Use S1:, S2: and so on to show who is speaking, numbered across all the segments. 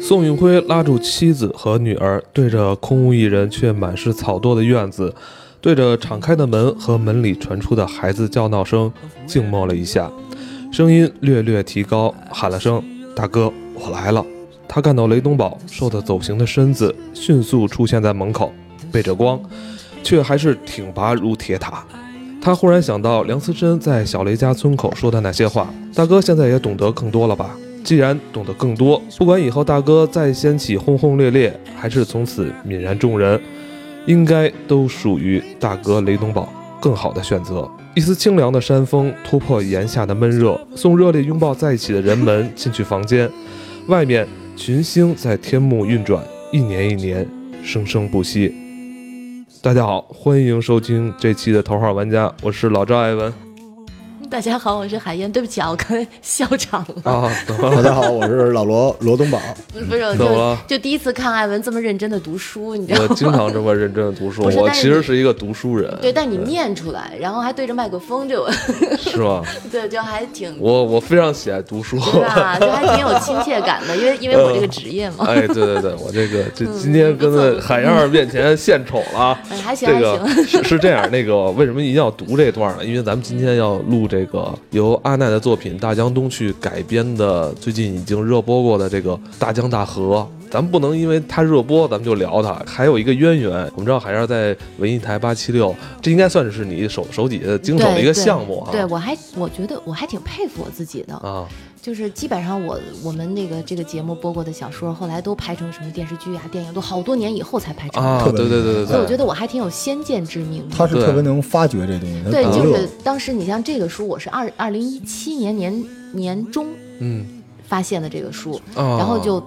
S1: 宋运辉拉住妻子和女儿，对着空无一人却满是草垛的院子，对着敞开的门和门里传出的孩子叫闹声，静默了一下，声音略略提高，喊了声：“大哥，我来了。”他看到雷东宝瘦得走形的身子迅速出现在门口，背着光，却还是挺拔如铁塔。他忽然想到梁思申在小雷家村口说的那些话，大哥现在也懂得更多了吧？既然懂得更多，不管以后大哥再掀起轰轰烈烈，还是从此泯然众人，应该都属于大哥雷东宝更好的选择。一丝清凉的山风突破炎夏的闷热，送热烈拥抱在一起的人们 进去房间，外面群星在天幕运转，一年一年，生生不息。大家好，欢迎收听这期的《头号玩家》，我是老赵艾文
S2: 大家好，我是海燕。对不起啊，我刚才笑场了，
S1: 啊，怎么
S3: 大家好， 我是老罗罗东宝。
S2: 不是，我
S1: 懂
S2: 就
S1: 了
S2: 就第一次看艾文这么认真的读书，你知道
S1: 我
S2: 吗？
S1: 经常这么认真的读书，
S2: 不是
S1: 我
S2: 但
S1: 其
S2: 是
S1: 实是一个读书人，
S2: 对，但你念出来，然后还对着麦克风，这我
S1: 是吧？
S2: 对，就还挺
S1: 我我非常喜爱读书。
S2: 对吧？就还挺有亲切感的，因为因为我这个职业嘛，
S1: 哎，对对对，我这个这
S2: 嗯
S1: 今天跟
S2: 不错不
S1: 在
S2: 错
S1: 海燕儿面前献丑了啊！
S2: 哎，还行
S1: 这
S2: 还
S1: 个
S2: 行。
S1: 是是这样，那个为什么一定要读这段呢？因为咱们今天要录这个由阿奈的作品《大江东去》改编的，最近已经热播过的这个《大江大河》，咱们不能因为它热播咱们就聊它，还有一个渊源。我们知道海燕在文艺台八七六，这应该算是你手手底下经手的一个
S2: 对对
S1: 项目啊。
S2: 对我还我觉得我还挺佩服我自己的，
S1: 啊，
S2: 就是基本上我我们那个这个节目播过的小说，后来都拍成什么电视剧啊、电影，都好多年以后才拍成的，
S1: 啊，
S3: 特
S1: 对
S3: 别
S1: 对对对
S2: 所以我
S1: 对
S2: 觉得我还挺有先见之明的。
S3: 他是
S1: 对
S3: 特别能发掘这东西，他
S2: 对，
S3: 独
S2: 就
S3: 乐
S2: 是当时你像这个书，我是二二零一七年年年中
S1: 嗯，
S2: 发现的这个书，
S1: 啊
S2: 然后就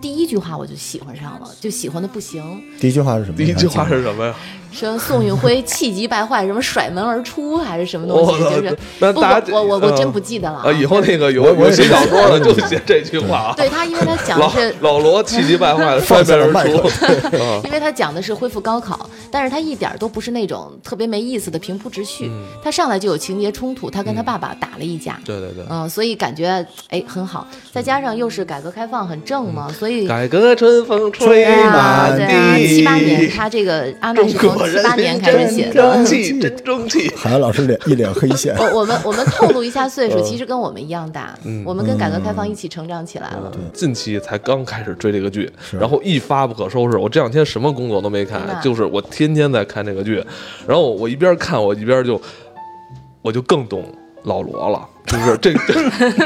S2: 第一句话我就喜欢上了，就喜欢的不行。
S3: 第一句话是什么？
S1: 第一句话是什么呀？
S2: 说宋运 辉气急败坏，什么甩门而出还是什么东
S1: 我
S2: 西，
S1: 操
S2: 就是
S1: 哦那
S2: 不，
S1: 大家
S2: 我我我
S1: 嗯
S2: 真不记得了
S1: 啊，以后那个有
S3: 我我
S1: 有
S3: 也
S1: 写
S3: 是
S1: 小说的
S3: 我也
S1: 就是写这句话啊。
S2: 对他，因为他讲的
S1: 老
S2: 是。
S1: 老罗气急败坏的摔
S3: 放下
S1: 门
S3: 了
S1: 而
S3: 麦克
S1: 出，啊
S2: 因为他讲的是恢复高考，但是他一点儿都不是那种特别没意思的平铺直叙，
S1: 嗯
S2: 他上来就有情节冲突，他跟他爸爸打了一架，
S1: 对对对。
S2: 嗯、所以感觉哎很好，再加上又是改革开放很正嘛，所
S1: 嗯
S2: 以啊
S1: 改革春风吹
S2: 对啊，
S1: 满
S2: 对啊，
S1: 地，
S2: 七八年他这个阿奈
S1: 嗯中
S2: 是从
S1: 国
S2: 七
S1: 人
S2: 八年
S1: 民
S2: 开始写
S1: 真
S2: 的。
S1: 争气，真争气。
S3: 海洋老师脸一脸黑线。
S2: 我我们我们透露一下岁数，
S1: 嗯
S2: 其实跟我们一样大，我们跟改革开放一起成长起来了。
S1: 近期才刚开始追这个剧，然后一发不可收拾。我这两天什么工作都没
S2: 真
S1: 看，
S2: 的
S1: 就是我天天在看这个剧，然后我一边看我一边就，我就更懂老罗了。就是这个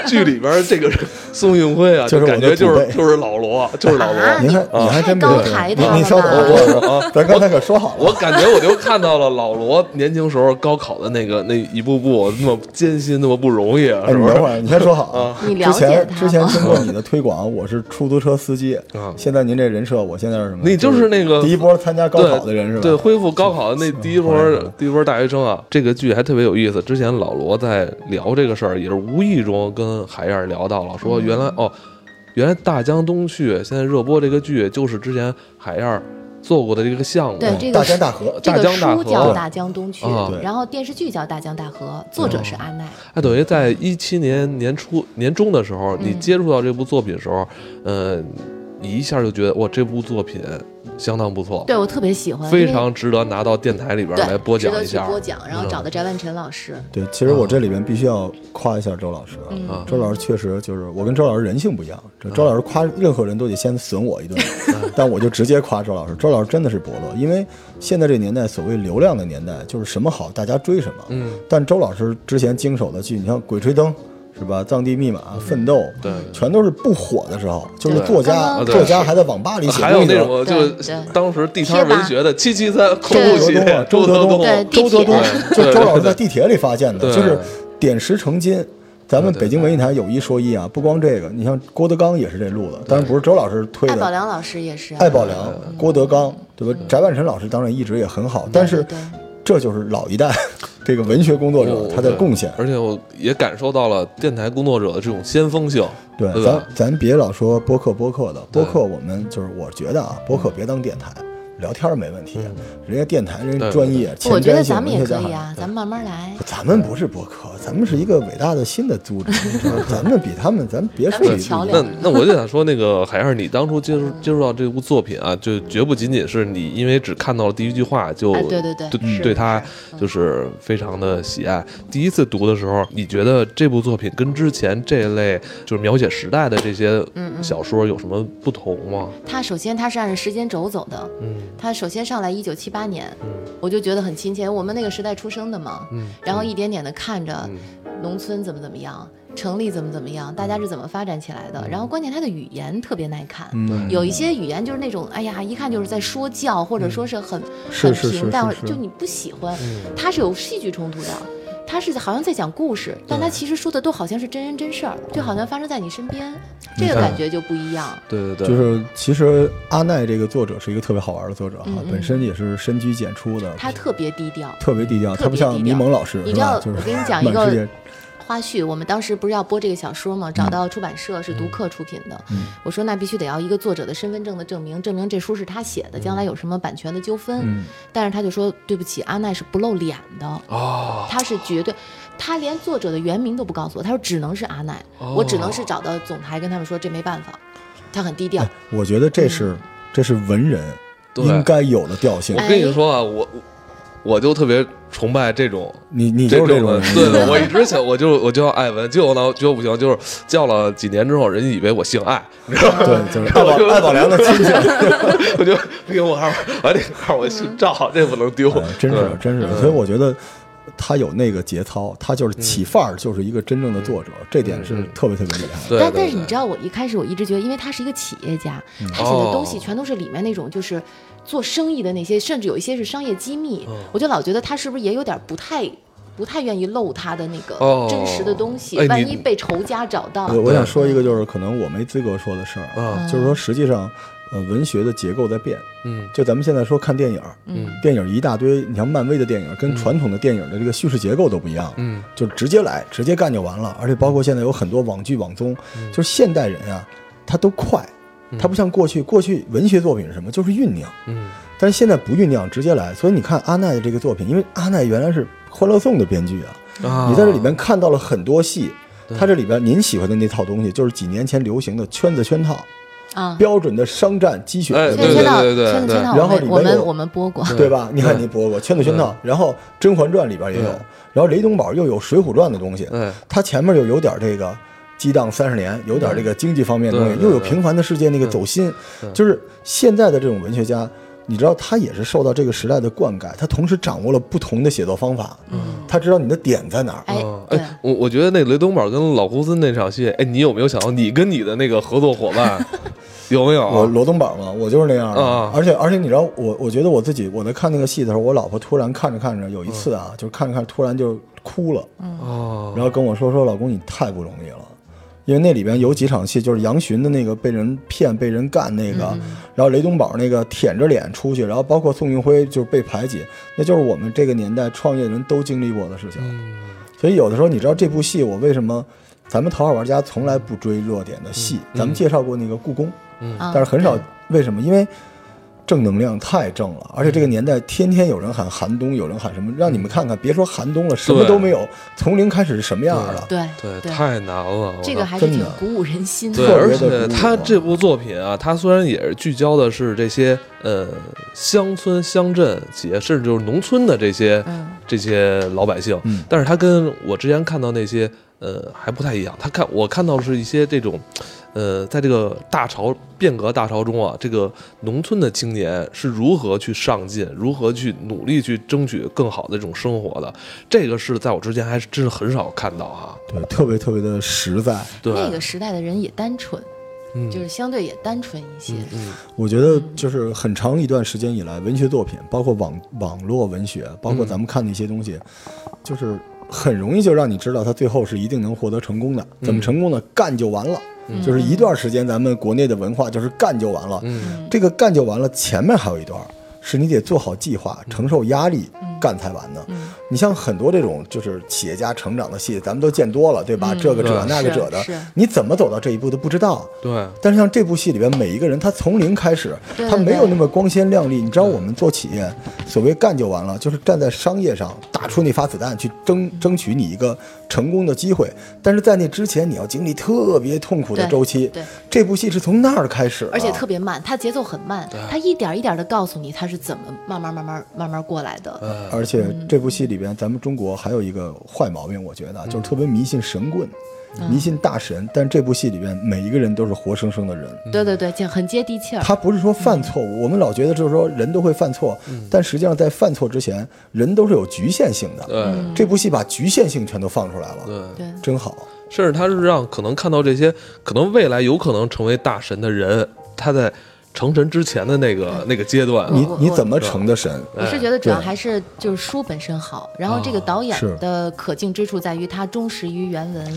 S1: 剧里边这个宋运辉啊，
S3: 就是
S1: 就
S3: 我
S1: 感
S3: 的
S1: 觉就是
S3: 祖辈
S1: 就是老罗，就是老罗。
S2: 啊
S3: 您还
S2: 你
S3: 你还
S2: 太
S3: 真没
S2: 高
S3: 有
S2: 抬
S3: 你
S2: 他
S3: 你
S2: 了
S3: 稍等，
S2: 吧
S3: 我我我咱刚才可说好了，
S1: 我感觉我就看到了老罗年轻时候高考的那个 那一步步那么艰辛，那么不容易，啊
S3: 哎，
S1: 是
S3: 你
S1: 不
S3: 等
S1: 是？
S3: 会儿，你先说好啊。
S2: 你了
S3: 之
S2: 解
S3: 前
S2: 他吗
S3: 之前经过你的推广，我是出租车司机
S1: 啊。
S3: 现在您这人设，我现在是什么？
S1: 你就是那个
S3: 第一波参加高考的人是吧？
S1: 对，恢复高考的 那第一波
S3: 是是
S1: 第一波大学生啊，这个剧还特别有意思。之前老罗在聊这个事儿，也是无意中跟海燕聊到了，说原来、
S3: 嗯
S1: 哦，原来《大江东去》现在热播这个剧，就是之前海燕做过的这个项目。啊
S2: 对这
S3: 大
S2: 个
S3: 江大河，
S2: 这
S1: 大
S2: 个
S1: 江大河
S2: 书叫《大江东去
S1: 啊》，
S3: 对
S2: 然后电视剧叫《大江大河》，作者是阿奈。
S1: 哎，等于在一七年年初年中的时候，你
S2: 嗯
S1: 接触到这部作品的时候，嗯、你一下就觉得哇，这部作品相当不错，
S2: 对我特别喜欢，
S1: 非
S2: 因为
S1: 常值得拿到电台里边
S2: 对
S1: 来播
S2: 值
S1: 讲
S2: 得
S1: 一
S2: 去
S1: 下。嗯
S2: 播讲，然后找的翟万晨老师。
S3: 对，其
S1: 啊
S3: 实我这里边必须要夸一下周老师啊，
S2: 嗯
S3: 周老师确实就是我跟周老师人性不一样，这周老师
S1: 嗯
S3: 夸任何人都得先损我一顿， 但我就直接夸周老师，周老师真的是伯乐，因为现在这年代所谓流量的年代，就是什么好大家追什么，
S1: 嗯，
S3: 但周老师之前经手的剧，你像《鬼吹灯》。是吧？藏地密码、奋斗，
S1: 嗯对
S3: 全都是不火的时候，就是
S1: 对啊
S2: 刚
S3: 作家，
S2: 刚
S3: 作家还在网吧里写
S1: 呃还有
S3: 东西
S1: 那
S3: 呢
S1: 种
S2: 对
S1: 就
S2: 对
S1: 当时地摊文学的七七三恐怖系列
S3: 周德，东啊
S1: 德哎
S2: 对
S3: 周德东
S2: 地
S3: 周德东
S1: 铁，
S3: 就周老师在地铁里发现的，
S1: 对
S3: 就是点石成金。咱们
S1: 对对
S3: 北京文艺台有一说一啊，不光这个，你像郭德纲也是这路子，当然不是周老师推
S2: 艾宝
S3: 的。
S2: 良老师也是啊，
S3: 艾宝良、郭德纲，对吧？翟万晨老师当然一直也很好，但是
S2: 对对
S3: 这就是老一代 这个文学工作者
S1: 哦
S3: 他的
S1: 对
S3: 贡献。
S1: 而且我也感受到了电台工作者的这种先锋性，
S3: 对，
S1: 对
S3: 咱
S1: 吧？
S3: 咱别老说播客播客的，播
S1: 对
S3: 客我们就是我觉得啊，播客别当电台，聊天儿没问题
S1: 嗯，
S3: 人家电台人
S1: 对
S3: 家专业，前
S2: 我觉得
S3: 瞻性
S2: 咱们
S3: 文
S2: 也
S3: 学
S2: 可
S3: 家
S2: 以啊，咱们慢慢来。
S3: 咱们不是博客，咱们是一个伟大的新的组织，你知道吗咱们比他们，咱们别
S2: 咱
S3: 说
S2: 们
S3: 比
S2: 是桥
S1: 那
S2: 梁
S1: 那我就想说，那个海燕，你当初接触接触到这部作品啊，就绝不仅仅是你因为只看到了第一句话就
S2: 哎对对对
S1: 对
S2: 是嗯
S1: 对它就是非常的喜爱。第一次读的时候，你觉得这部作品跟之前这类就是描写时代的这些
S2: 嗯
S1: 小说有什么不同吗？
S2: 它首先它是按时间轴走的，
S1: 嗯
S2: 它首先上来一九七八年，
S1: 嗯
S2: 我就觉得很亲切，我们那个时代出生的嘛。
S1: 嗯，
S2: 然后一点点的看着
S1: 嗯
S2: 农村怎么怎么样，城里怎么怎么样，大家是怎么发展起来的。然后关键它的语言特别耐看，
S3: 嗯，
S2: 有一些语言就是那种，哎呀，一看就是在说教，或者说是很
S3: 嗯是
S2: 很
S3: 是是
S2: 平淡，
S3: 是是嗯
S2: 就你不喜欢，它是有戏剧冲突的。它是好像在讲故事，但它其实说的都好像是真人真事儿，就好像发生在你身
S3: 嗯
S2: 边，这个感觉就不一样。
S1: 对对对，
S3: 就是其实阿奈这个作者是一个特别好玩的作者哈
S2: 嗯，嗯
S3: 本身也是深居简出的，
S2: 他特别低调。
S3: 特别低调，
S2: 特别
S3: 他不像
S2: 低
S3: 迷
S2: 调
S3: 蒙老师，
S2: 你
S3: 是
S2: 知
S3: 吧
S2: 道
S3: 就是
S2: 我给你讲一
S3: 满
S2: 个
S3: 世界
S2: 花絮，我们当时不是要播这个小说吗？找到出版社是读客出品的。
S3: 嗯
S2: 我说那必须得要一个作者的身份证的证明，证明这书是他写的，将来有什么版权的纠纷。
S3: 嗯哦
S2: 但是他就说对不起，阿奈是不露脸的，
S1: 啊，
S2: 他是绝对，他连作者的原名都不告诉我，他说只能是阿奈，
S1: 哦
S2: 我只能是找到总台跟他们说这没办法，他很低调
S3: 哎。，我觉得
S2: 嗯
S3: 这是这是文人
S1: 对
S3: 应该有的调性
S1: 我，
S2: 哎
S1: 跟你说啊，我我我就特别崇拜这种
S3: 你你就是
S1: 这
S3: 这种
S1: 的
S3: 人，
S1: 对
S3: 你知
S1: 的，
S3: 道吗
S1: 我一直想，我就我就要艾文，结果呢，结果不行，就是叫了几年之后，人家以为我姓艾，你知道吗？
S3: 对， 就是爱宝爱宝良的亲戚，
S1: 我就不行，我还是我得告诉我姓赵，这不能丢嗯
S3: 哎，
S1: 对
S3: 真是真是，所以我觉得他有那个节操，他就是
S1: 嗯
S3: 起范儿，就是一个真正的作者，这点是特别特别厉害的。
S1: 对，
S2: 但
S1: 对
S2: 但是你知，道，我一开始我一直觉得，因为他是一个企业家，他写的东西
S1: 哦
S2: 全都是里面那种就是做生意的那些，甚至有一些是商业机密，
S1: 哦
S2: 我就老觉得他是不是也有点不太不太愿意露他的那个
S1: 哦
S2: 真实的东西，
S1: 哎你
S2: 万一被仇家找
S1: 啊
S2: 到，
S3: 我我想说一个，就是可能我没资格说的事儿啊，
S1: 嗯
S3: 就是说实际上，呃，文学的结构在变。
S1: 对嗯
S3: 就咱们现在说看电影，
S1: 嗯
S3: 电影一大堆，你像漫威的电影跟传统的电影的这个叙事结构都不一样，
S1: 嗯
S3: 就直接来，直接干就完了。而且包括现在有很多网剧、网综，
S1: 嗯
S3: 就是现代人啊，他都快，他不像过去，过去文学作品是什么，就是酝酿。
S1: 嗯
S3: 但是现在不酝酿，直接来。所以你看阿奈的这个作品，因为阿奈原来是《欢乐颂》的编剧啊，
S1: 啊
S3: 你在这里面看到了很多戏。他这里边您喜欢的那套东西，就是几年前流行的圈子圈套，
S2: 啊，
S3: 标准的商战鸡血
S1: 嗯哎
S3: 的
S2: 圈
S3: 那
S1: 对
S2: 子
S3: 种，
S2: 圈套，
S1: 对对对
S2: 圈子
S1: 对
S2: 圈套，
S3: 然后
S2: 我
S3: 里
S2: 们我
S3: 面
S2: 们
S3: 有
S2: 我们播过，
S3: 对吧？你看你播过圈子圈套，然后《甄嬛传》里边也有，然后雷东宝又有《水浒传》的东西，
S1: 哎
S3: 它前面就有点这个激荡三十年，有点这个经济方面的东
S1: 对
S3: 西，
S1: 对
S3: 又有
S1: 对
S3: 平凡的世界那个走心，就是现在的这种文学家，你知道他也是受到这个时代的灌溉，他同时掌握了不同的写作方法，他知道你的点在哪儿。
S2: 哎
S1: 嗯，
S2: 对。
S1: 哎，我我觉得那雷东宝跟老胡森那场戏，哎，你有没有想到你跟你的那个合作伙伴 有没有啊？
S2: 哦
S3: 我罗东宝嘛，我就是那样的。
S1: 啊
S3: 而且而且你知道，我我觉得我自己我在看那个戏的时候，我老婆突然看着看着，有一次
S1: 嗯
S3: 啊，就是看着看着突然就哭了，
S1: 哦
S3: 然后跟我说说老公你太不容易了。因为那里边有几场戏，就是杨巡的那个被人骗、被人干那个，
S1: 嗯
S3: 然后雷东宝那个舔着脸出去，然后包括宋运辉就是被排挤，那就是我们这个年代创业人都经历过的事情。
S1: 嗯
S3: 所以有的时候，你知道这部戏我为什么？咱们《头号玩家》从来不追热点的戏，
S1: 嗯
S3: 咱们介绍过那个故宫，
S2: 啊
S1: 哎
S3: 但是很少。为什么？因为正能量太正了，而且这个年代天天有人喊寒冬，有人喊什么，让你们看看，别说寒冬了，什么
S1: 对
S3: 都没有，从零开始是什么样儿的？
S2: 对
S1: 对，
S2: 对，
S1: 太难了，我
S2: 这
S1: 靠
S2: 个还是
S3: 真
S2: 挺
S3: 的
S2: 鼓舞人心
S1: 对，
S3: 特
S2: 的。
S1: 而
S3: 别地
S1: 且
S3: 鼓舞
S1: 他
S3: 啊
S1: 这部作品啊，它虽然也是聚焦的是这些呃乡村、乡镇企业，甚至就是农村的这些、
S2: 嗯
S1: 这些老百姓，
S3: 嗯
S1: 但是他跟我之前看到那些呃还不太一样。他看我看到的是一些这种，呃，在这个大潮变革大潮中啊，这个农村的青年是如何去上进，如何去努力去争取更好的这种生活的。这个是在我之前还是真是很少看到啊。
S3: 对，特别特别的实在。
S1: 对，
S2: 那个时代的人也单纯，
S1: 嗯
S2: 就是相对也单纯一些。
S1: 嗯
S3: 我觉得就是很长一段时间以来，文学作品，包括网网络文学，包括咱们看的一些东西，就是很容易就让你知道它最后是一定能获得成功的。怎么成功呢？干就完了。就是一段时间，咱们国内的文化就是干就完了。
S1: 嗯
S3: 这个干就完了，前面还有一段儿，是你得做好计划，承受压力，干才完呢。
S2: 嗯
S3: 你像很多这种就是企业家成长的戏，咱们都见多了，对吧？
S2: 嗯
S3: 这个这
S1: 对
S3: 个那个
S2: 是
S3: 这的
S2: 是，
S3: 你怎么走到这一步都不知道。
S1: 对，
S3: 但是像这部戏里边每一个人，他从零开始
S2: 对，
S3: 他没有
S2: 对嗯
S3: 那么光鲜亮丽。你知道我们做企业，所谓干就完了，就是站在商业上打出那发子弹去争
S2: 嗯
S3: 争取你一个成功的机会。但是在那之前，你要经历特别痛苦的
S2: 对
S3: 周期
S2: 对。
S3: 这部戏是从那儿开始啊的，
S2: 而且特别慢，它节奏很慢，它一点儿一点的告诉你它是怎么慢慢慢慢慢慢过来的。
S1: 呃，
S3: 而且这部戏里边，咱们中国还有一个坏毛病，我觉得啊就是特别迷信神棍，
S1: 嗯
S3: 迷信大神。但这部戏里边，每一个人都是活生生的人。
S1: 嗯
S2: 对对对，就很接地气儿。
S3: 他不是说犯错误，我们老觉得就是说人都会犯错，
S1: 嗯
S3: 但实际上在犯错之前，人都是有局限性的。
S1: 对
S3: 这部戏把局限性全都放出来了，
S1: 对，
S2: 对，
S3: 真好。
S1: 甚至他是让可能看到这些可能未来有可能成为大神的人，他在成神之前的那个那个阶段，啊
S3: 嗯你
S2: 我
S3: 你
S2: 我
S3: 怎么成的神？
S1: 嗯
S2: 我是觉得主要
S3: 对
S2: 还是就是书本身好，然后这个
S1: 啊
S2: 导演
S3: 是
S2: 的可敬之处在于他忠实于原文，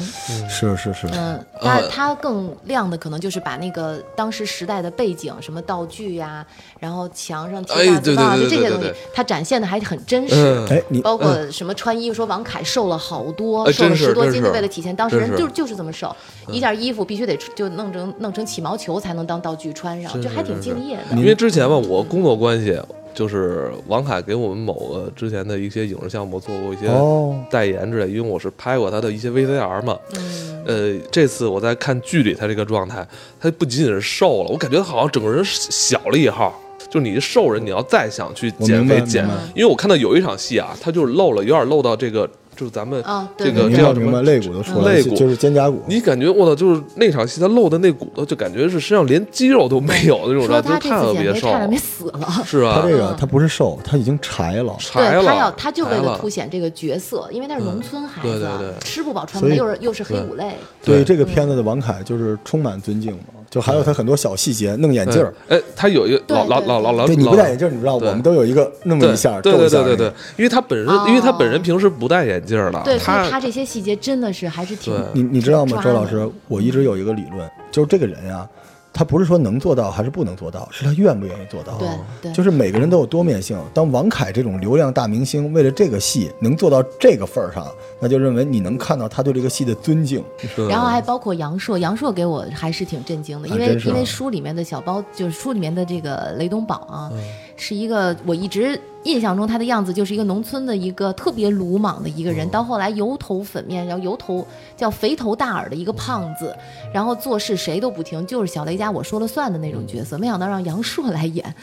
S3: 是是是，
S2: 嗯，他
S1: 呃
S2: 他更亮的可能就是把那个当时时代的背景，什么道具呀、然后墙上贴
S1: 哎
S2: 大字
S1: 对对
S2: 报啊，
S1: 对
S2: 就这
S1: 对
S2: 些
S1: 对
S2: 东西
S1: 对，
S2: 他展现的还很真实
S1: 嗯。
S3: 哎，你
S2: 包括什么穿衣服，说王凯瘦了好多，
S1: 哎
S2: 瘦了
S1: 真是
S2: 十多斤，
S1: 真
S2: 就是为了体现当时
S1: 真
S2: 人
S1: 是嗯
S2: 就是就是这么瘦，一件衣服必须得就弄成弄成起毛球才能当道具穿上，
S1: 真
S2: 就是还挺
S1: 真
S2: 敬
S1: 是
S2: 业的。
S1: 因为之前吧，我工作关系，就是王凯给我们某个之前的一些影视项目做过一些
S3: 哦
S1: 代言之类，因为我是拍过他的一些 VCR 嘛。
S2: 嗯，
S1: 呃，这次我在看剧里他这个状态，他不仅仅是瘦了，我感觉他好像整个人小了一号。就是你瘦人，你要再想去
S3: 我
S1: 减
S3: 明白
S1: 肥减
S3: 明白，
S1: 因为我看到有一场戏啊，他就是露了，有点露到这个，就是咱们
S2: 啊对
S1: 这个这
S2: 对
S3: 明
S1: 叫
S3: 白
S1: 什
S3: 明白，
S1: 么
S3: 肋骨都出来
S1: 肋
S3: 了，
S1: 骨
S3: 就是肩胛骨。
S1: 你感觉我操，就是那场戏他露的那骨头，就感觉是身上连肌肉都没有的那种状
S2: 说
S1: 态，
S2: 他
S1: 就
S2: 这
S1: 太
S2: 次
S1: 特
S2: 减
S1: 别
S2: 肥
S1: 瘦
S2: 差点
S1: 了
S2: 没，死了。
S1: 是
S3: 他
S1: 吧？
S3: 这个他不是瘦，他已经柴了。
S1: 柴
S2: 对
S1: 了，
S2: 他要，他就为
S1: 柴
S2: 了
S1: 了嗯
S2: 凸显这个角色，因为他是农村孩
S1: 对
S2: 子，啊
S1: 对对
S2: 吃不饱穿不
S3: 所以
S2: 暖，又是又是黑五类，
S3: 对
S1: 对嗯
S3: 于这个片子的王凯就是充满尊敬嘛，就还有他很多小细节，弄眼镜儿。
S1: 哎，他有一个
S2: 对
S1: 老老
S2: 对
S1: 老老老
S3: 对，你不
S1: 老
S3: 戴眼镜儿，你不知道，
S1: 对
S3: 我们都有一个那么
S1: 对
S3: 一下儿，
S1: 对
S3: 皱
S1: 对
S3: 一下
S1: 对对
S3: 儿那
S1: 对
S3: 个，，
S1: 因为他本身
S2: 哦，
S1: 因为他本人平时不戴眼镜儿的，
S2: 对，所以他
S1: 啊他
S2: 这些细节真的是还是挺
S1: 对
S3: 你你知道吗
S2: 抓，
S3: 周
S2: 的
S3: 老师？我一直有一个理论，就是这个人呀、他不是说能做到还是不能做到，是他愿不愿意做到。
S2: 对对，
S3: 哦就是每个人都有多面性。当王凯这种流量大明星为了这个戏能做到这个份儿上，那就认为你能看到他对这个戏的尊敬。
S1: 对
S2: 然后还包括杨烁，杨烁给我还是挺震惊的，
S3: 啊
S2: 因为、
S3: 真是
S2: 因为
S3: 吗
S2: 书里面的小包就是书里面的这个雷东宝啊，
S3: 嗯
S2: 是一个我一直印象中他的样子就是一个农村的一个特别鲁莽的一
S3: 嗯
S2: 个人，到后来油头粉面，然后油头叫肥头大耳的一个胖子，然后做事谁都不听，就是小雷家我说了算的那
S3: 嗯
S2: 种角色，没想到让杨烁来演，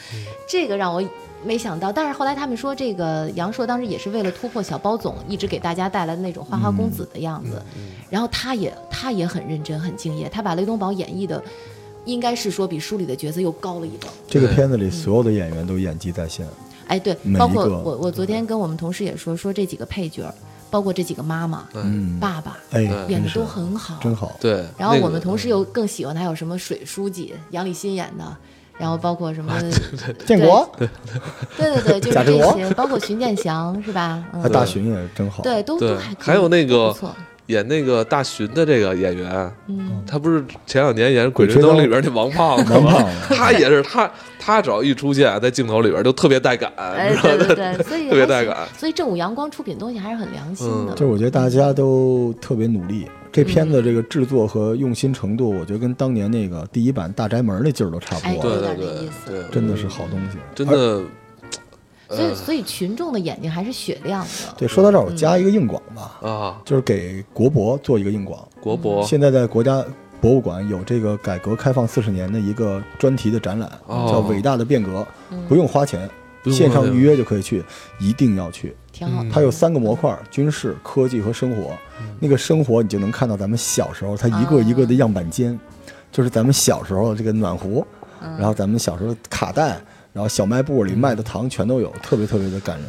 S2: 这个让我。没想到，但是后来他们说，这个杨烁当时也是为了突破小包总，一直给大家带来的那种花花
S3: 嗯
S2: 公子的样子。然后他也他也很认真很敬业，他把雷东宝演绎的，应该是说比书里的角色又高了一等。
S3: 这个片子
S1: 嗯
S3: 里所有的演员都演技在线，
S2: 哎，对
S3: 每，
S2: 包
S3: 一
S2: 括
S3: 个
S2: 我我昨天跟我们同事也说，说这几个配角，包括这几个妈妈、
S3: 嗯，
S2: 爸爸
S3: 哎，
S2: 演
S3: 真
S2: 的
S3: 是
S2: 都很好，
S3: 真。好。
S1: 对，
S2: 然
S1: 那
S2: 后
S1: 个嗯
S2: 我们 同事又更喜欢他有什么水书记杨立新演的，然后包括什
S1: 啊
S2: 么
S3: 建国
S2: 对 对对，就是
S3: 贾志
S2: 这
S3: 国
S2: 些，包括荀建祥是吧？
S3: 还
S2: 嗯，
S3: 大巡也真好。
S2: 对，都
S1: 对
S2: 都还可以
S1: 还有那个
S2: 不 错，
S1: 演那个大巡的这个演员，
S2: 嗯，
S1: 他不是前两年演《鬼
S3: 鬼
S1: 吹
S3: 吹
S1: 灯》
S3: 灯
S1: 里边那王 胖子
S3: 王
S1: 吗
S3: 胖子？
S1: 他也是他，他只要一出现在镜头里边就特别带感，
S2: 哎
S1: 你知道
S2: 对
S1: 吗
S2: 对对，所以
S1: 特别
S2: 还
S1: 带
S2: 行
S1: 感
S2: 所以正午阳光出品的东西还是很良心的
S1: 嗯。
S3: 就是我觉得大家都特别努力，这片子这个制作和用心程度，我觉得跟当年那个第一版《大宅门》那劲儿都差不
S2: 哎
S3: 多
S1: 对
S3: 了，
S1: 对
S2: 有点那
S1: 对
S2: 意思
S1: 对，
S3: 真的是好东西，
S1: 真
S3: 而。
S1: 的，
S2: 所
S1: 嗯
S2: 以，所以群众的眼睛还是雪亮的。
S3: 对，说到这儿，我加一个硬广吧，
S1: 啊，
S3: 就是给国博做一个硬广。
S1: 国
S2: 嗯
S1: 博
S3: 现在在国家博物馆有这个改革开放四十年的一个专题的展览，
S1: 哦
S3: 叫“伟大的变革”，不
S2: 嗯
S3: 用花钱，
S1: 不用花钱
S3: 线上预约就可以去，一定要去。
S2: 挺好
S1: 嗯
S2: 的。
S3: 它有三个模块：军事、科技和生活。
S2: 嗯
S3: 那个生活，你就能看到咱们小时候它一个一个的样板间，
S2: 嗯
S3: 就是咱们小时候的这个暖壶，然后咱们小时候的卡带，然后小卖部里卖的糖全都有，
S2: 嗯
S3: 特别特别的感人。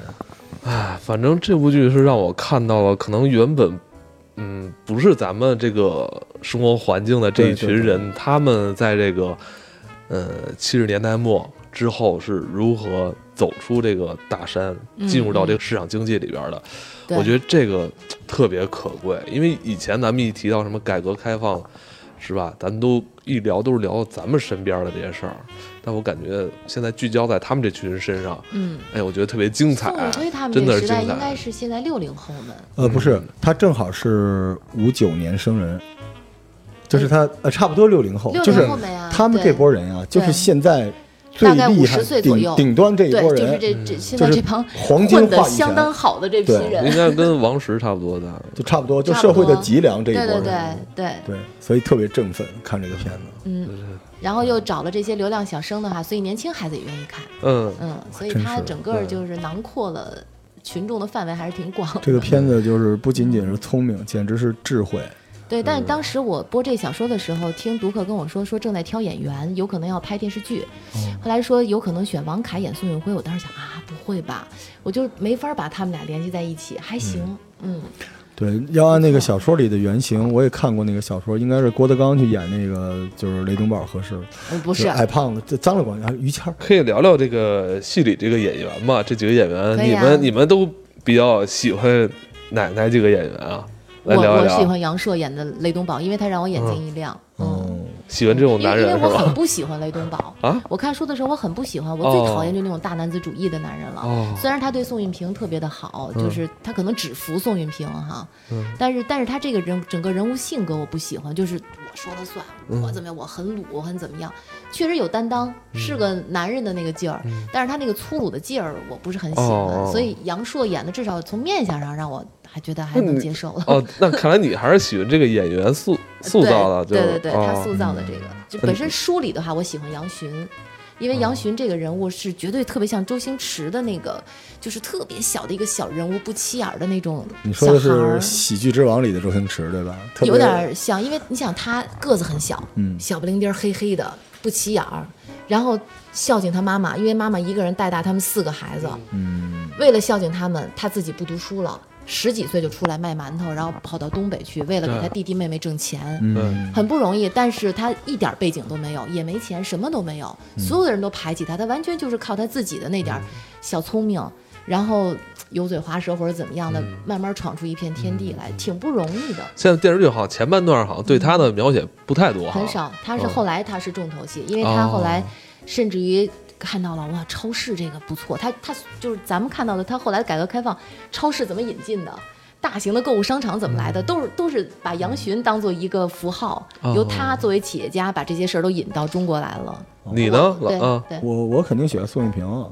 S1: 哎，反正这部剧是让我看到了，可能原本，嗯，不是咱们这个生活环境的这一群
S3: 对对对
S1: 人，他们在这个，呃，七十年代末之后是如何走出这个大山，进入到这个市场经济里边的。
S2: 对
S1: 我觉得这个特别可贵，因为以前咱们一提到什么改革开放。是吧？咱们都一聊都是聊到咱们身边的这些事儿，但我感觉现在聚焦在他们这群人身上，
S2: 嗯，
S1: 哎，我觉得特别精彩
S2: 宋雨，辉他们
S1: 真
S2: 这
S1: 的
S2: 个
S1: 是
S2: 时
S1: 精
S2: 代应该
S1: 彩。
S2: 是现在六零后们，
S3: 呃，不是，他正好是五九年生人，就是他呃差不多六零后，
S2: 六
S3: 就是
S2: 零后们呀，
S3: 他们
S2: 对
S3: 这波人啊，就是现在最
S2: 大概
S3: 厉
S2: 50
S3: 害
S2: 岁左右
S3: 顶顶端这一
S2: 对，
S3: 波
S2: 就是
S3: 人，
S2: 这这现在
S3: 就是
S2: 这帮
S3: 黄金
S2: 混得
S3: 话语
S2: 相当
S3: 权
S2: 好的这批
S3: 对
S1: 嗯应该
S2: 人，
S1: 跟王石差不多的，
S3: 就差不多，就
S2: 差
S3: 社
S2: 不
S3: 会的
S2: 多
S3: 脊梁这一
S2: 对
S3: 波
S2: 对
S3: 人，
S2: 对对，
S3: 对所以特别振奋看这个片子，
S2: 嗯，然后又找了这些流量小生的话，所以年轻孩子也愿意看，
S1: 嗯，
S2: 嗯，所以
S3: 真
S2: 它
S3: 是
S2: 整个
S1: 对
S2: 就是囊括了群众的范围还是挺广的。
S3: 这个片子就是不仅仅是聪明，简直是智慧，
S2: 对，但是当时我播这小说的时候，听读客跟我说说正在挑演员，有可能要拍电视剧，
S3: 哦
S2: 后来说有可能选王凯演宋运辉，我当时想啊，不会吧，我就没法把他们俩联系在一起，还行，嗯，
S3: 对，要按那个小说里的原型，我也看过那个小说，应该是郭德纲去演那个就是雷东宝合适，
S2: 嗯
S3: 不
S2: 不是，
S1: 哎
S3: 矮胖子，这脏了管还啊于谦儿，
S1: 可以聊聊这个戏里这个演员嘛？这几个演员，
S2: 可
S1: 你
S2: 以啊
S1: 们你们都比较喜欢哪哪几个演员啊？来
S2: 我
S1: 聊一
S2: 我
S1: 聊，
S2: 喜欢杨烁演的雷东宝，因为他让我眼睛一亮，嗯。
S3: 嗯，
S1: 喜欢这种
S2: 因为
S1: 男
S2: 因
S1: 人
S2: 为
S1: 是
S2: 我很
S1: 吧？
S2: 不喜欢雷东宝
S1: 啊，
S2: 我看书的时候我很不喜欢，我最
S1: 哦
S2: 讨厌就那种大男子主义的男人了。
S1: 哦
S2: 虽然他对宋运平特别的好，
S1: 嗯
S2: 就是他可能只服宋运平哈，
S1: 嗯
S2: 但是但是他这个人整个人物性格我不喜欢，就是我说了算，我怎么样，我很鲁，我很怎么样，确实有担当，是个男人的那个劲儿，但是他那个粗鲁的劲儿我不是很喜欢，
S1: 哦哦
S2: 所以杨烁演的至少从面相上让我还觉得还能接受了。
S1: 哦，那看来你还是喜欢这个演员塑塑造的，就
S2: 对
S1: 是
S2: 对对对，他
S1: 哦
S2: 塑造的这个，
S3: 嗯
S2: 就本身书里的话，我喜欢杨巡。因为杨巡这个人物是绝对特别像周星驰的那个，就是特别小的一个小人物，不起眼儿的那种
S3: 你
S2: 小
S3: 说
S2: 孩
S3: 的
S2: 儿，
S3: 是《喜剧之王》里的周星驰对吧？特别
S2: 有点儿像。因为你想他个子很小，
S3: 嗯
S2: 小不灵丁儿，黑黑的，不起眼儿。然后孝敬他妈妈，因为妈妈一个人带大他们四个孩子，
S3: 嗯，
S2: 为了孝敬他们，他自己不读书了，十几岁就出来卖馒头，然后跑到东北去，为了给他
S1: 对
S2: 弟弟妹妹挣钱。
S1: 嗯
S3: 嗯，
S2: 很不容易，但是他一点背景都没有，也没钱，什么都没有，所有的人都排挤他，他完全就是靠他自己的那点儿小聪明，然后油嘴滑舌或者怎么样的，慢慢闯出一片天地来，挺不容易的。
S1: 现在电视剧好像前半段好像对他的描写不哦太多，
S2: 很。少，他是
S1: 嗯
S2: 后来他是重头戏，因为他后来甚至于看到了哇，超市这个不错，他他就是咱们看到的，他后来改革开放，超市怎么引进的？大型的购物商场怎么来的？都是都是把杨巡当做一个符号，
S1: 嗯哦
S2: 由他作为企业家把这些事儿都引到中国来了。
S1: 你呢？
S2: 对
S1: 老啊，
S2: 对，
S3: 我我肯定喜欢宋运平啊，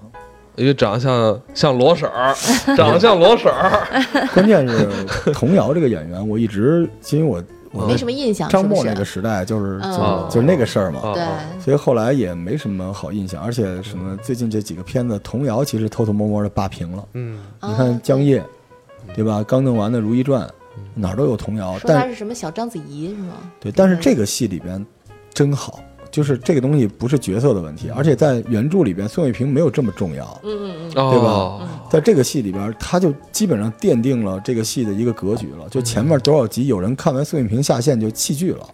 S1: 因为长得像像罗婶 儿，长得像罗婶儿。
S3: 关键是童谣这个演员，我一直因为我我
S2: 没
S3: 在
S2: 什么印象，是
S3: 张
S2: 不
S3: 默
S2: 是
S3: 那？个时哦代就是就
S2: 嗯
S3: 是就是那个事儿嘛，
S1: 啊
S2: 对，
S3: 所以后来也没什么好印象，而且什么最近这几个片子童谣其实偷偷摸摸的霸屏了。
S1: 嗯，
S2: 啊
S3: 你看江夜，对吧？刚弄完的《如懿传》，
S1: 嗯
S3: 哪儿都有童谣，
S2: 说他嗯
S3: 但
S2: 是什么小章子怡是吗？
S3: 对，但是这个戏里边真好，就是这个东西不是角色的问题，而且在原著里边，宋卫平没有这么重要。
S2: 嗯嗯
S1: 对
S3: 吧？在这个戏里边，他就基本上奠定了这个戏的一个格局了。就前面多少集，有人看完宋卫平下线就弃剧了，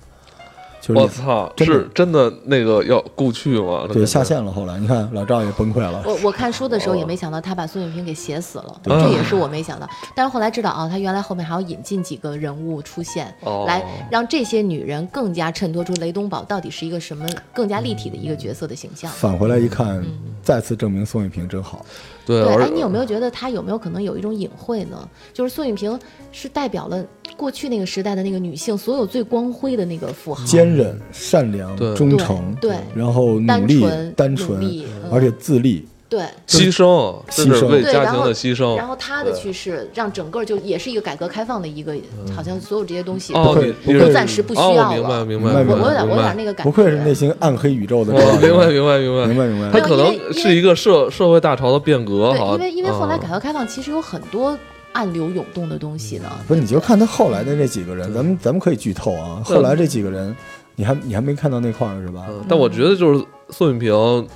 S3: 就
S1: 嗯
S3: 是
S1: 我
S3: 你
S1: 操，
S3: 真的
S1: 是真的那个要故去吗？那
S3: 对
S1: 感觉
S3: 下。线了。后来你看老赵也崩溃了，
S2: 我我看书的时候也没想到他把孙运平给写死了，
S1: 对啊
S2: 这也是我没想到。但是后来知道啊，他原来后面还要引进几个人物出现，
S1: 哦
S2: 来让这些女人更加衬托出雷东宝到底是一个什么更加立体的一个角色的形象。
S1: 嗯
S3: 返回来一看，
S2: 嗯
S3: 再次证明宋卫平真好。
S1: 对，
S2: 对，哎，
S1: 而
S2: 你有没有觉得他有没有可能有一种隐晦呢？就是孙运平是代表了过去那个时代的那个女性所有最光辉的那个符号，
S3: 坚韧、善良
S1: 对、
S3: 忠诚，
S2: 嗯对对
S3: 然后努力、单
S2: 单纯
S3: 纯
S2: 努力嗯，
S3: 而且自立。
S2: 对。
S1: 牺牲，
S3: 牺
S1: 这是
S3: 牲
S1: 为
S2: 对
S1: 家
S2: 然
S1: 庭
S2: 后
S1: 的牺牲
S2: 然。后他的去世，让整个就也是一个改革开放的一个，好像所有这些东西
S1: 嗯哦，
S3: 不
S1: 你
S3: 愧
S1: 你
S3: 不
S1: 是
S3: 愧
S2: 暂时不需
S1: 哦
S2: 要
S1: 明白
S2: 了
S1: 明
S3: 明白
S1: 白，
S2: 我我有点
S1: 明
S2: 我有点
S1: 白。
S2: 那个感觉，
S3: 不愧是内心暗黑宇宙的
S1: 我
S3: 这样的人，
S1: 明白哦明白明白
S3: 明白明
S1: 他
S3: 白
S1: 可
S2: 因
S1: 能
S2: 为
S1: 是一个社社会大潮的变革，
S2: 对，
S1: 好
S2: 因
S1: 像
S2: 为因为后来改
S1: 嗯
S2: 革开放其实有很多暗流涌动的东西呢。
S1: 嗯
S3: 不是，你就看他后来的那几个人，咱们咱们可以剧透啊。
S1: 对
S3: 后来这几个人，你还你还没看到那块儿是吧？
S1: 嗯，但我觉得就是宋运平，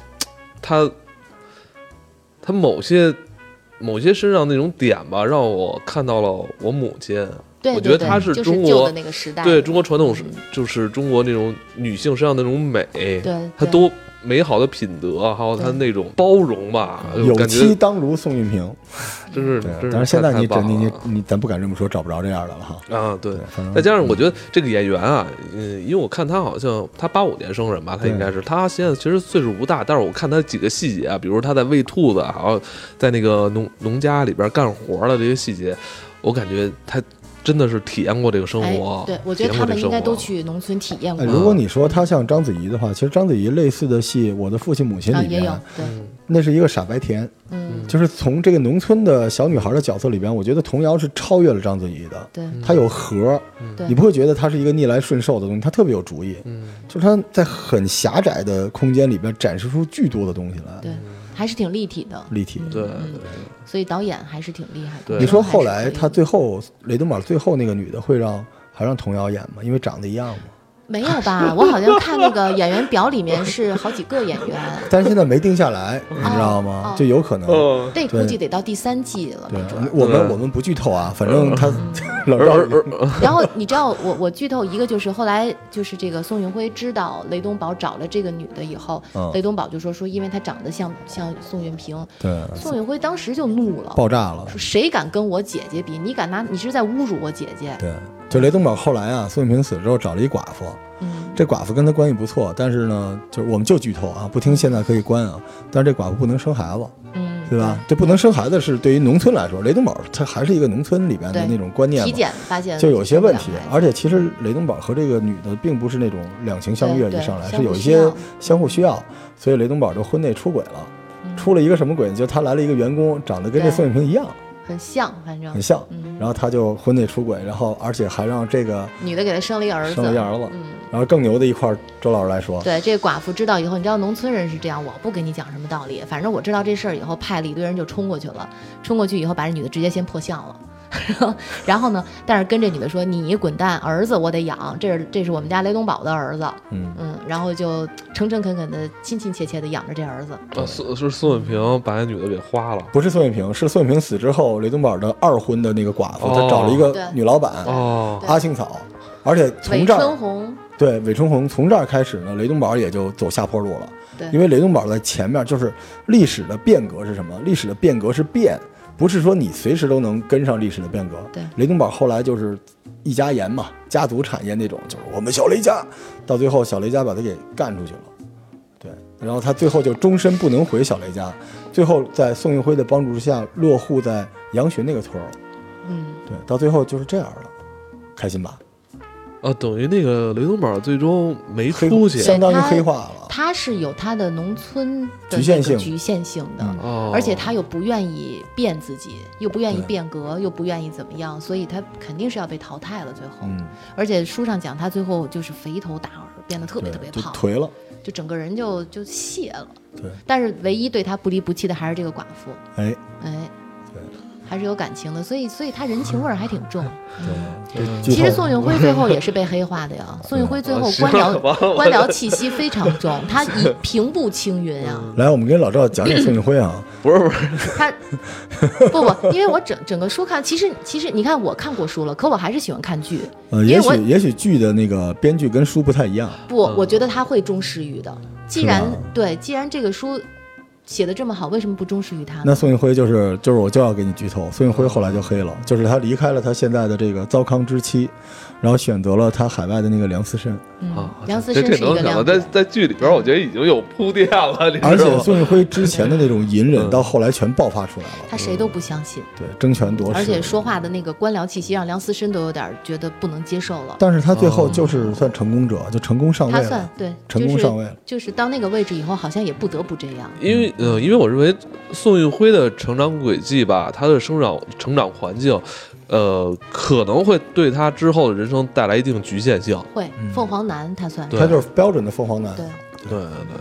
S1: 他他某些某些身上那种点吧，让我看到了我母亲。
S2: 对，
S1: 我觉
S2: 对
S1: 得
S2: 对
S1: 她是
S2: 就是
S1: 中
S2: 旧
S1: 国
S2: 的那个时代，
S1: 对中国传统是，就是中国那种女性身上那种美，
S2: 嗯对
S1: 她
S2: 对
S1: 都美好的品德，啊还有他那种包容吧，哎呦
S3: 啊有
S1: 感觉
S3: 妻当如宋运
S1: 嗯
S3: 平，
S1: 真是，
S3: 对啊
S1: 真是。
S3: 但是现在你
S1: 真
S3: 你你你，咱不敢这么说，找不着这样的了哈。
S1: 啊，对
S3: 对，反正
S1: 再加上我觉得这个演员啊，嗯，因为我看他好像他八五年生人吧，他应该是他现在其实岁数不大，但是我看他几个细节啊，比如他在喂兔子，还有在那个农农家里边干活的这些细节，我感觉他真的是体验过这个生
S2: 哎
S1: 活。，
S2: 对，我觉得
S1: 体验
S2: 他
S1: 过这
S2: 们应该
S1: 生活
S2: 都去农村体验
S3: 哎，
S2: 过
S3: 如果你说他像章子怡的话，其实章子怡类似的戏，《我的父亲母亲》
S2: 啊，
S3: 里
S2: 也
S3: 面，
S2: 有对，
S1: 嗯
S3: 那是一个傻白甜，
S2: 嗯，
S3: 就是从这个农村的小女孩的角色里边，我觉得童瑶是超越了章子怡的。
S2: 对
S1: 嗯
S3: 她有核，
S2: 对
S3: 你不会觉得她是一个逆来顺受的东西，她特别有主意，
S1: 嗯，
S3: 就是她在很狭窄的空间里边展示出巨多的东西来，
S2: 对，还是挺立体的，
S3: 立体。
S1: 对，
S2: 嗯所以导演还是挺厉害
S1: 对
S2: 的。
S3: 你说后
S2: 还
S3: 来
S2: 是可以
S3: 她最后雷德玛最后那个女的会让还让童瑶演吗？因为长得一样嘛。
S2: 没有吧？我好像看那个演员表里面是好几个演 员，
S3: 但是现在没定下来，你知道
S2: 哦？
S3: 吗就有可能。
S1: 嗯，
S2: 这估计得到第三季了，
S3: 对
S2: 没准儿。，
S3: 我们
S1: 对嗯
S3: 我们不剧透啊，反正他 老
S1: 而
S3: 赵
S1: 而而
S2: 然后你知道，我我剧透一个，就是后来就是这个宋运辉知道雷东宝找了这个女的以后，
S3: 嗯
S2: 雷东宝就说说，因为她长得像像宋运平，
S3: 对
S2: 宋运辉当时就怒了，
S3: 嗯爆炸了，
S2: 说谁敢跟我姐姐比？你敢拿？你是在侮辱我姐姐？
S3: 对，就雷东宝后来啊，宋庆平死之后找了一寡妇，
S2: 嗯，
S3: 这寡妇跟他关系不错，但是呢，就是我们就剧透啊，不听现在可以关啊，但是这寡妇不能生孩子，
S2: 嗯，
S3: 对吧？这不能生孩子是对于农村来说，雷东宝他还是一个农村里边的
S2: 对
S3: 那种观念
S2: 体
S3: 嘛。
S2: 检发现
S3: 就有些问题
S2: 生
S3: 啊
S2: 不了孩，子
S3: 而且其实雷东宝和这个女的并不是那种两情相
S2: 对
S3: 悦一
S2: 对
S3: 上来，
S2: 相
S3: 是有
S2: 互
S3: 一
S2: 需
S3: 些
S2: 要
S3: 相互需要，所以雷东宝就婚内出轨了。
S2: 嗯
S3: 出了一个什么鬼呢？就他来了一个员工，长得跟这
S2: 对
S3: 宋运平一样，
S2: 很像，反正
S3: 很像，
S2: 嗯
S3: 然后他就婚内出轨，然后而且还让这个
S2: 女的给他生了一儿子，
S3: 生了一儿子。
S2: 嗯。
S3: 然后更牛的一块儿，周老师来说，
S2: 对，这个寡妇知道以后，你知道农村人是这样，我不跟你讲什么道理，反正我知道这事儿以后，派了一堆人就冲过去了，冲过去以后把这女的直接先破相了。 然后呢？但是跟这女的说：“你滚蛋，儿子我得养，这是这是我们家雷东宝的儿子。”
S3: 嗯
S2: 嗯，然后就诚诚恳恳的、亲亲切切的养着这儿子。
S1: 呃宋是宋允平把那女的给花了。
S3: 不是宋运平，是宋运平死之后，雷东宝的二婚的那个寡妇，
S1: 哦
S3: 他找了一个
S2: 对
S3: 女老板
S1: 哦，
S3: 阿青草，而且从
S2: 韦
S3: 这
S2: 春
S3: 儿
S2: 红，
S3: 对韦春红从这儿开始呢，雷东宝也就走下坡路了。
S2: 对
S3: 因为雷东宝在前面就是历史的变革是什么？历史的变革是变，不是说你随时都能跟上历史的变革。
S2: 对
S3: 雷东宝后来就是一家盐嘛，家族产业那种，就是我们小雷家，到最后小雷家把他给干出去了。对，然后他最后就终身不能回小雷家，最后在宋运辉的帮助之下落户在杨巡那个村儿了。
S2: 嗯，
S3: 对，到最后就是这样了，开心吧？
S1: 啊，等于那个雷东宝最终没
S3: 黑
S1: 出去
S3: 相当于
S2: 对他
S3: 黑化了。
S2: 她是有她的农村的
S3: 局限
S2: 那个
S3: 性
S2: 局限性的。
S3: 嗯
S1: 哦，
S2: 而且他又不愿意变自己，又不愿意
S3: 对
S2: 变革，又不愿意怎么样，所以他肯定是要被淘汰了。最后，
S3: 嗯，
S2: 而且书上讲他最后就是肥头大耳，变得特别
S3: 对
S2: 特别，
S3: 就
S2: 胖，
S3: 颓了。
S2: 就整个人就就卸了。
S3: 对，
S2: 但是唯一对他不离不弃的还是这个寡妇，
S3: 哎，
S2: 哎，
S3: 对
S2: 还是有感情的，所以所以他人情味儿还挺 重。
S1: 哦
S3: 对，这剧
S2: 其实
S3: 透
S2: 宋运辉最后也是被黑化的 呀，宋运辉最后
S1: 我
S2: 官
S1: 啊是吧
S2: 僚官僚气息非常重，他一平步青云啊。
S3: 来，我们跟老赵讲讲宋运辉啊。
S1: 不是不是，
S2: 他不不，因为我整整个书看，其实其实你看我看过书了，可我还是喜欢看剧。
S3: 呃，
S2: 因
S3: 也
S2: 为我啊
S3: 许也许剧的那个编剧跟书不太一样，
S2: 不，我觉得他会忠实于的。既然
S3: 嗯是吧
S2: 对，既然这个书写的这么好，为什么不忠实于他
S3: 那
S2: 呢？
S3: 宋运辉就是就是我就要给你剧透，宋运辉后来就黑了，就是他离开了他现在的这个糟糠之妻，然后选择了他海外的那个梁思申，
S2: 嗯
S1: 啊，
S2: 梁思
S1: 这
S2: 申
S1: 这
S2: 是一
S1: 能
S2: 个
S1: 想到，
S2: 亮
S1: 在
S2: 点。
S1: 在剧里边，我觉得已经有铺垫了，你知道吗
S3: 而且宋运辉之前的那种隐忍到后来全爆发出来了，
S2: 他谁都不相信，
S3: 对，争权夺
S2: 而且
S3: 势。
S2: 说话的那个官僚气息让梁思申都有点觉得不能接受了。
S3: 但是他最后就是算成功者，就成功上
S2: 他
S3: 位
S2: 算
S3: 了。
S2: 对，
S3: 成功上位了
S2: 就是，就是到那个位置以后，好像也不得不这样。
S1: 因为呃，因为我认为宋运辉的成长轨迹吧，他的生长成长环境，呃，可能会对他之后的人生带来一定局限性。
S2: 会，
S3: 嗯
S2: 凤凰男他算
S1: 对
S2: 是
S3: 他就是标准的凤凰男，
S2: 对，
S1: 对对对。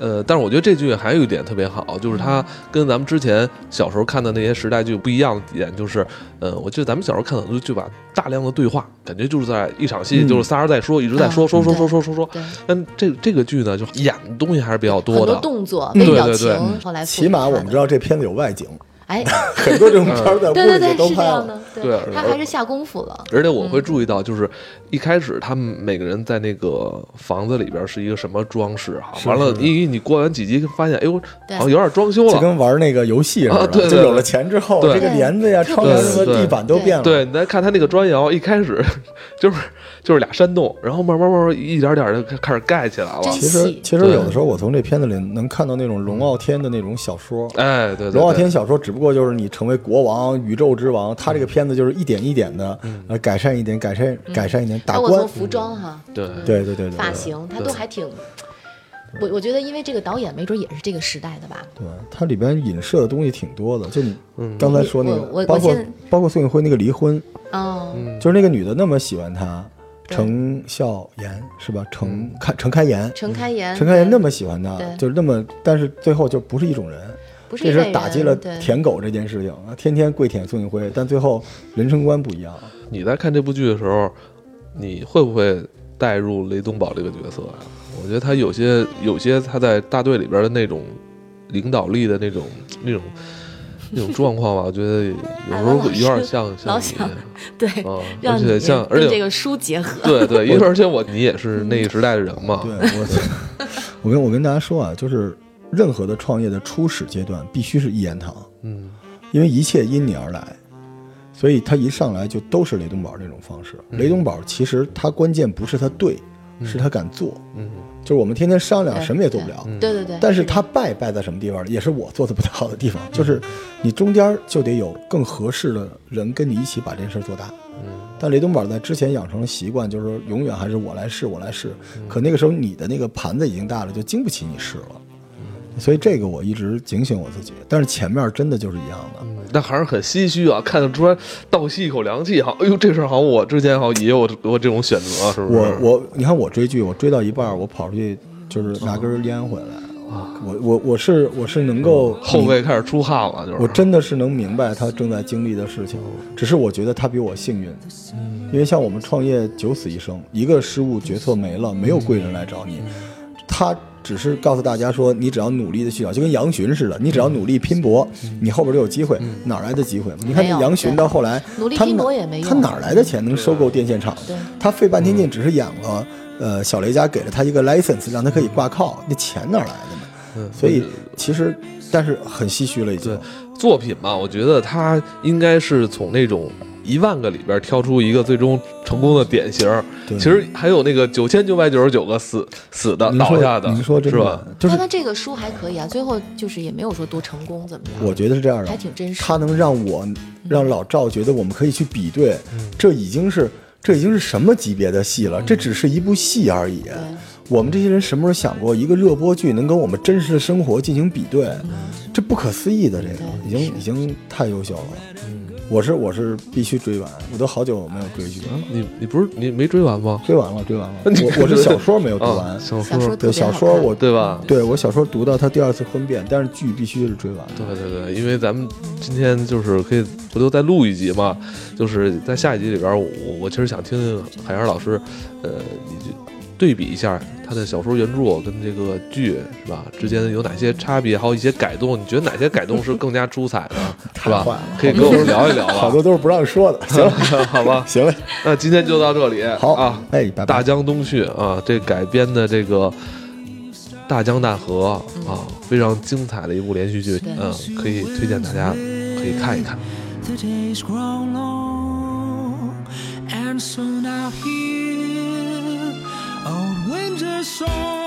S1: 呃，但是我觉得这剧还有一点特别好，就是它跟咱们之前小时候看的那些时代剧不一样的点，就是，呃，我记得咱们小时候看很多剧吧，大量的对话，感觉就是在一场戏，
S3: 嗯
S1: 就是仨人在说，一直在说
S2: 啊
S1: 说说
S2: 对
S1: 说说说说。
S2: 对。
S1: 但这这个剧呢，就演的东西还是比较
S2: 很
S1: 多的，
S2: 动作、
S1: 嗯
S2: 微表
S1: 对对
S2: 情
S1: 对，
S2: 后来复
S3: 起码
S2: 制出
S3: 我
S2: 来
S3: 们
S2: 的
S3: 知道这片子有外景，
S2: 哎，
S3: 很多这种片儿在
S2: 对对
S3: 屋里
S2: 对，
S3: 就都
S2: 是这
S3: 拍
S2: 样
S3: 了。
S2: 的，
S1: 对
S2: 他还是下功夫了。
S1: 而且我会注意到，就是一开始他们每个人在那个房子里边是一个什么装饰哈，
S3: 是
S1: 完了
S3: 是
S1: 你你过完几集发现，哎呦，
S2: 对
S1: 好像有点装修
S3: 就
S1: 了。
S3: 跟玩那个游戏似的，
S1: 啊对对
S3: 就有了钱之后，
S1: 对
S3: 这个帘子呀、
S2: 对
S3: 窗帘
S1: 对
S3: 和
S1: 对
S3: 地板都变了。
S1: 对，你再看他那个砖窑，一开始 就是就是俩山洞，然后慢慢慢慢一点点的开始盖起来了。
S2: 真
S3: 其实
S2: 细
S3: 其实
S1: 对
S3: 有的时候我从这片子里能看到那种龙傲天的那种小说。
S1: 哎，对对对，
S3: 龙傲天小说只不过就是你成为国王、宇宙之王，他这个片子就是一点一点的，
S1: 嗯
S3: 呃，改善一点，改善改善一点，打
S2: 包括
S3: 官
S2: 从，服装哈，
S1: 对
S3: 对对对对，
S2: 发
S3: 嗯对
S2: 型，他
S1: 对
S2: 都还挺。我我觉得，因为这个导演没准也是这个时代的吧。
S3: 对，它里边影射的东西挺多的，就你
S1: 嗯
S3: 刚才说那
S2: 我我
S3: 个，
S2: 我
S3: 包括
S2: 现在
S3: 包括宋运辉那个离婚，
S2: 嗯，
S3: 就是那个女的那么喜欢他，
S2: 对
S3: 程孝言是吧？程
S1: 嗯
S3: 开程开言，
S2: 陈开颜，
S3: 嗯陈开颜
S2: 对
S3: 那么喜欢他
S2: 对，
S3: 就是那么，但是最后就不是一种人，
S2: 不是
S3: 这
S2: 一类
S3: 是打击了
S2: 人对
S3: 舔狗这件事情啊，天天跪舔宋运辉，但最后人生观不一样。
S1: 你在看这部剧的时候，你会不会带入雷东宝这个角色啊？我觉得他有些有些他在大队里边的那种领导力的那种那种那种状况吧，我觉得有时候有点像像
S2: 老师
S1: 你
S2: 老想对，
S1: 啊，而
S2: 让
S1: 且
S2: 你
S1: 像而
S2: 跟这
S1: 且
S2: 个书结合。
S1: 对对，因为而且我你也是那个时代的人嘛
S3: 对，我， 我跟我跟大家说啊，就是任何的创业的初始阶段必须是一言堂，
S1: 嗯
S3: 因为一切因你而来，所以他一上来就都是雷东宝这种方式。雷东宝其实他关键不是他对，是他敢做。
S1: 嗯，
S3: 就是我们天天商量，
S2: 对
S3: 什么也做不了。
S2: 对对对，
S3: 嗯但是他败败在什么地方呢？也是我做的不太好的地方，就是你中间就得有更合适的人跟你一起把这事儿做大。
S1: 嗯
S3: 但雷东宝在之前养成了习惯，就是说永远还是我来试，我来试。
S1: 嗯
S3: 可那个时候你的那个盘子已经大了，就经不起你试了。
S1: 嗯
S3: 所以这个我一直警醒我自己，但是前面真的就是一样的。
S1: 嗯但还是很唏嘘啊，看得出来倒吸一口凉气，好，哎呦，这事儿好像我之前好像也有过这种选择，是不是？
S3: 我我你看我追剧，我追到一半儿，我跑出去就是拿
S1: 哦
S3: 根儿烟回来。我我我是我是能够
S1: 后背开始出汗了，就是
S3: 我真的是能明白他正在经历的事情，只是我觉得他比我幸运，
S1: 嗯
S3: 因为像我们创业九死一生，一个失误决策没了，没有贵人来找你，他只是告诉大家说，你只要努力的去找，就跟杨巡似的，你只要努力拼搏，
S1: 嗯
S3: 你后边就有机会，哪儿来的机会？你看
S2: 没有
S3: 那杨巡到后来，
S2: 努力
S3: 他
S2: 拼搏
S3: 哪
S2: 也没用
S3: 他哪儿来的钱能收购电线厂
S2: 对？
S3: 他费半天劲只是养了，呃，小雷家给了他一个 license，让他可以挂靠，
S1: 嗯
S3: 那钱哪儿来的呢？所以其实，但是很唏嘘了已经
S1: 对。作品嘛，我觉得它应该是从那种一万个里边挑出一个最终成功的典型儿。
S3: 对
S1: 其实还有那个九千九百九十九个死死的
S3: 您
S1: 倒
S3: 说
S1: 下的，
S3: 您说真
S1: 是吧？
S3: 的，就是
S2: 但他这个书还可以啊，最后就是也没有说多成功怎么样。
S3: 我觉得是这嗯样的，
S2: 还挺真实
S3: 它能让我让老赵觉得我们可以去比对，
S1: 嗯
S3: 这已经是这已经是什么级别的戏了？这只是一部戏而已。我们这些人什么时候想过一个热播剧能跟我们真实的生活进行比对？这不可思议的，这个已经已经太优秀了。
S1: 嗯
S3: 我是我是必须追完，我都好久没有追剧了，
S1: 你你不是你没追完吗？
S3: 追完了追完了。
S1: 嗯你
S3: 我我是小说没有读完
S1: 啊，小
S2: 小
S1: 说
S2: 说特别
S3: 对小
S2: 好
S3: 说
S2: 看
S3: 我
S1: 对吧？
S3: 对我小说读到他第二次婚变，但是剧必须是追完的。
S1: 对对对，因为咱们今天就是可以回头再录一集嘛，就是在下一集里边，我我其实想听听海燕老师，呃，你就对比一下他的小说原著跟这个剧是吧之间有哪些差别，还有一些改动，你觉得哪些改动是更加出彩的，是吧
S3: 太坏了？
S1: 可以跟我们聊一聊
S3: 好
S1: 吧。
S3: 多都是不让说的。行了，
S1: 好吧，
S3: 行了，
S1: 那今天就到这里。
S3: 好
S1: 啊，
S3: 哎，拜
S1: 大
S3: 拜。
S1: 江东去啊，这改编的这个大江大河
S3: 嗯
S1: 啊，非常精彩的一部连续剧，嗯，可以推荐大家可以看一看。
S4: The days grow long, and soon I'll hear old winter's song.